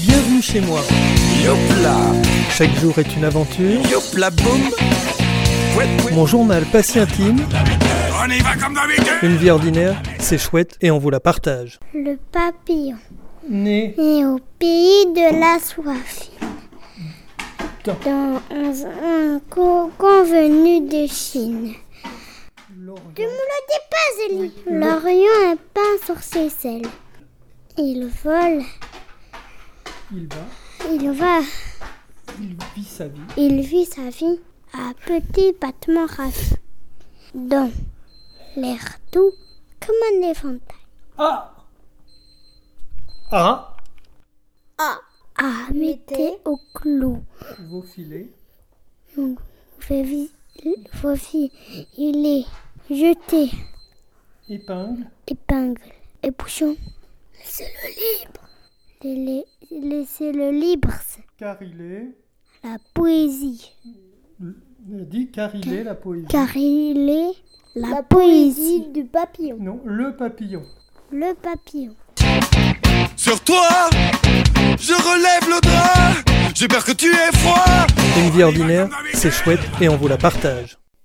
Bienvenue chez moi. Yopla, Chaque jour est une aventure. yopla boum. Pouet, pouet. Mon journal pas si intime. On y va comme d'habitude. Une vie ordinaire, c'est chouette et on vous la partage. Le papillon Né. est au pays de la soif. Dans- Dans un, un cocon venu de Chine. Tu me le dis pas, Zélie. L'Orient est peint sur ses ailes. Il vole, Il va, il va, il vit sa vie. il vit sa vie à petits battements ravis. Dans l'air doux comme un éventail. Ah Ah Ah, mettez au clou. Vos filets. Faufil- Faufil, il est jeté, Épingle. épingle et bouchon. Laissez-le libre. Laissez-le libre, c'est Car il est. la poésie. On Euh, dit car il est la poésie. Car il est la, poésie, du papillon. Non, le papillon. Le papillon. Sur toi, je relève le drap. J'ai peur que tu aies froid. Une vie ordinaire, c'est chouette et on vous la partage.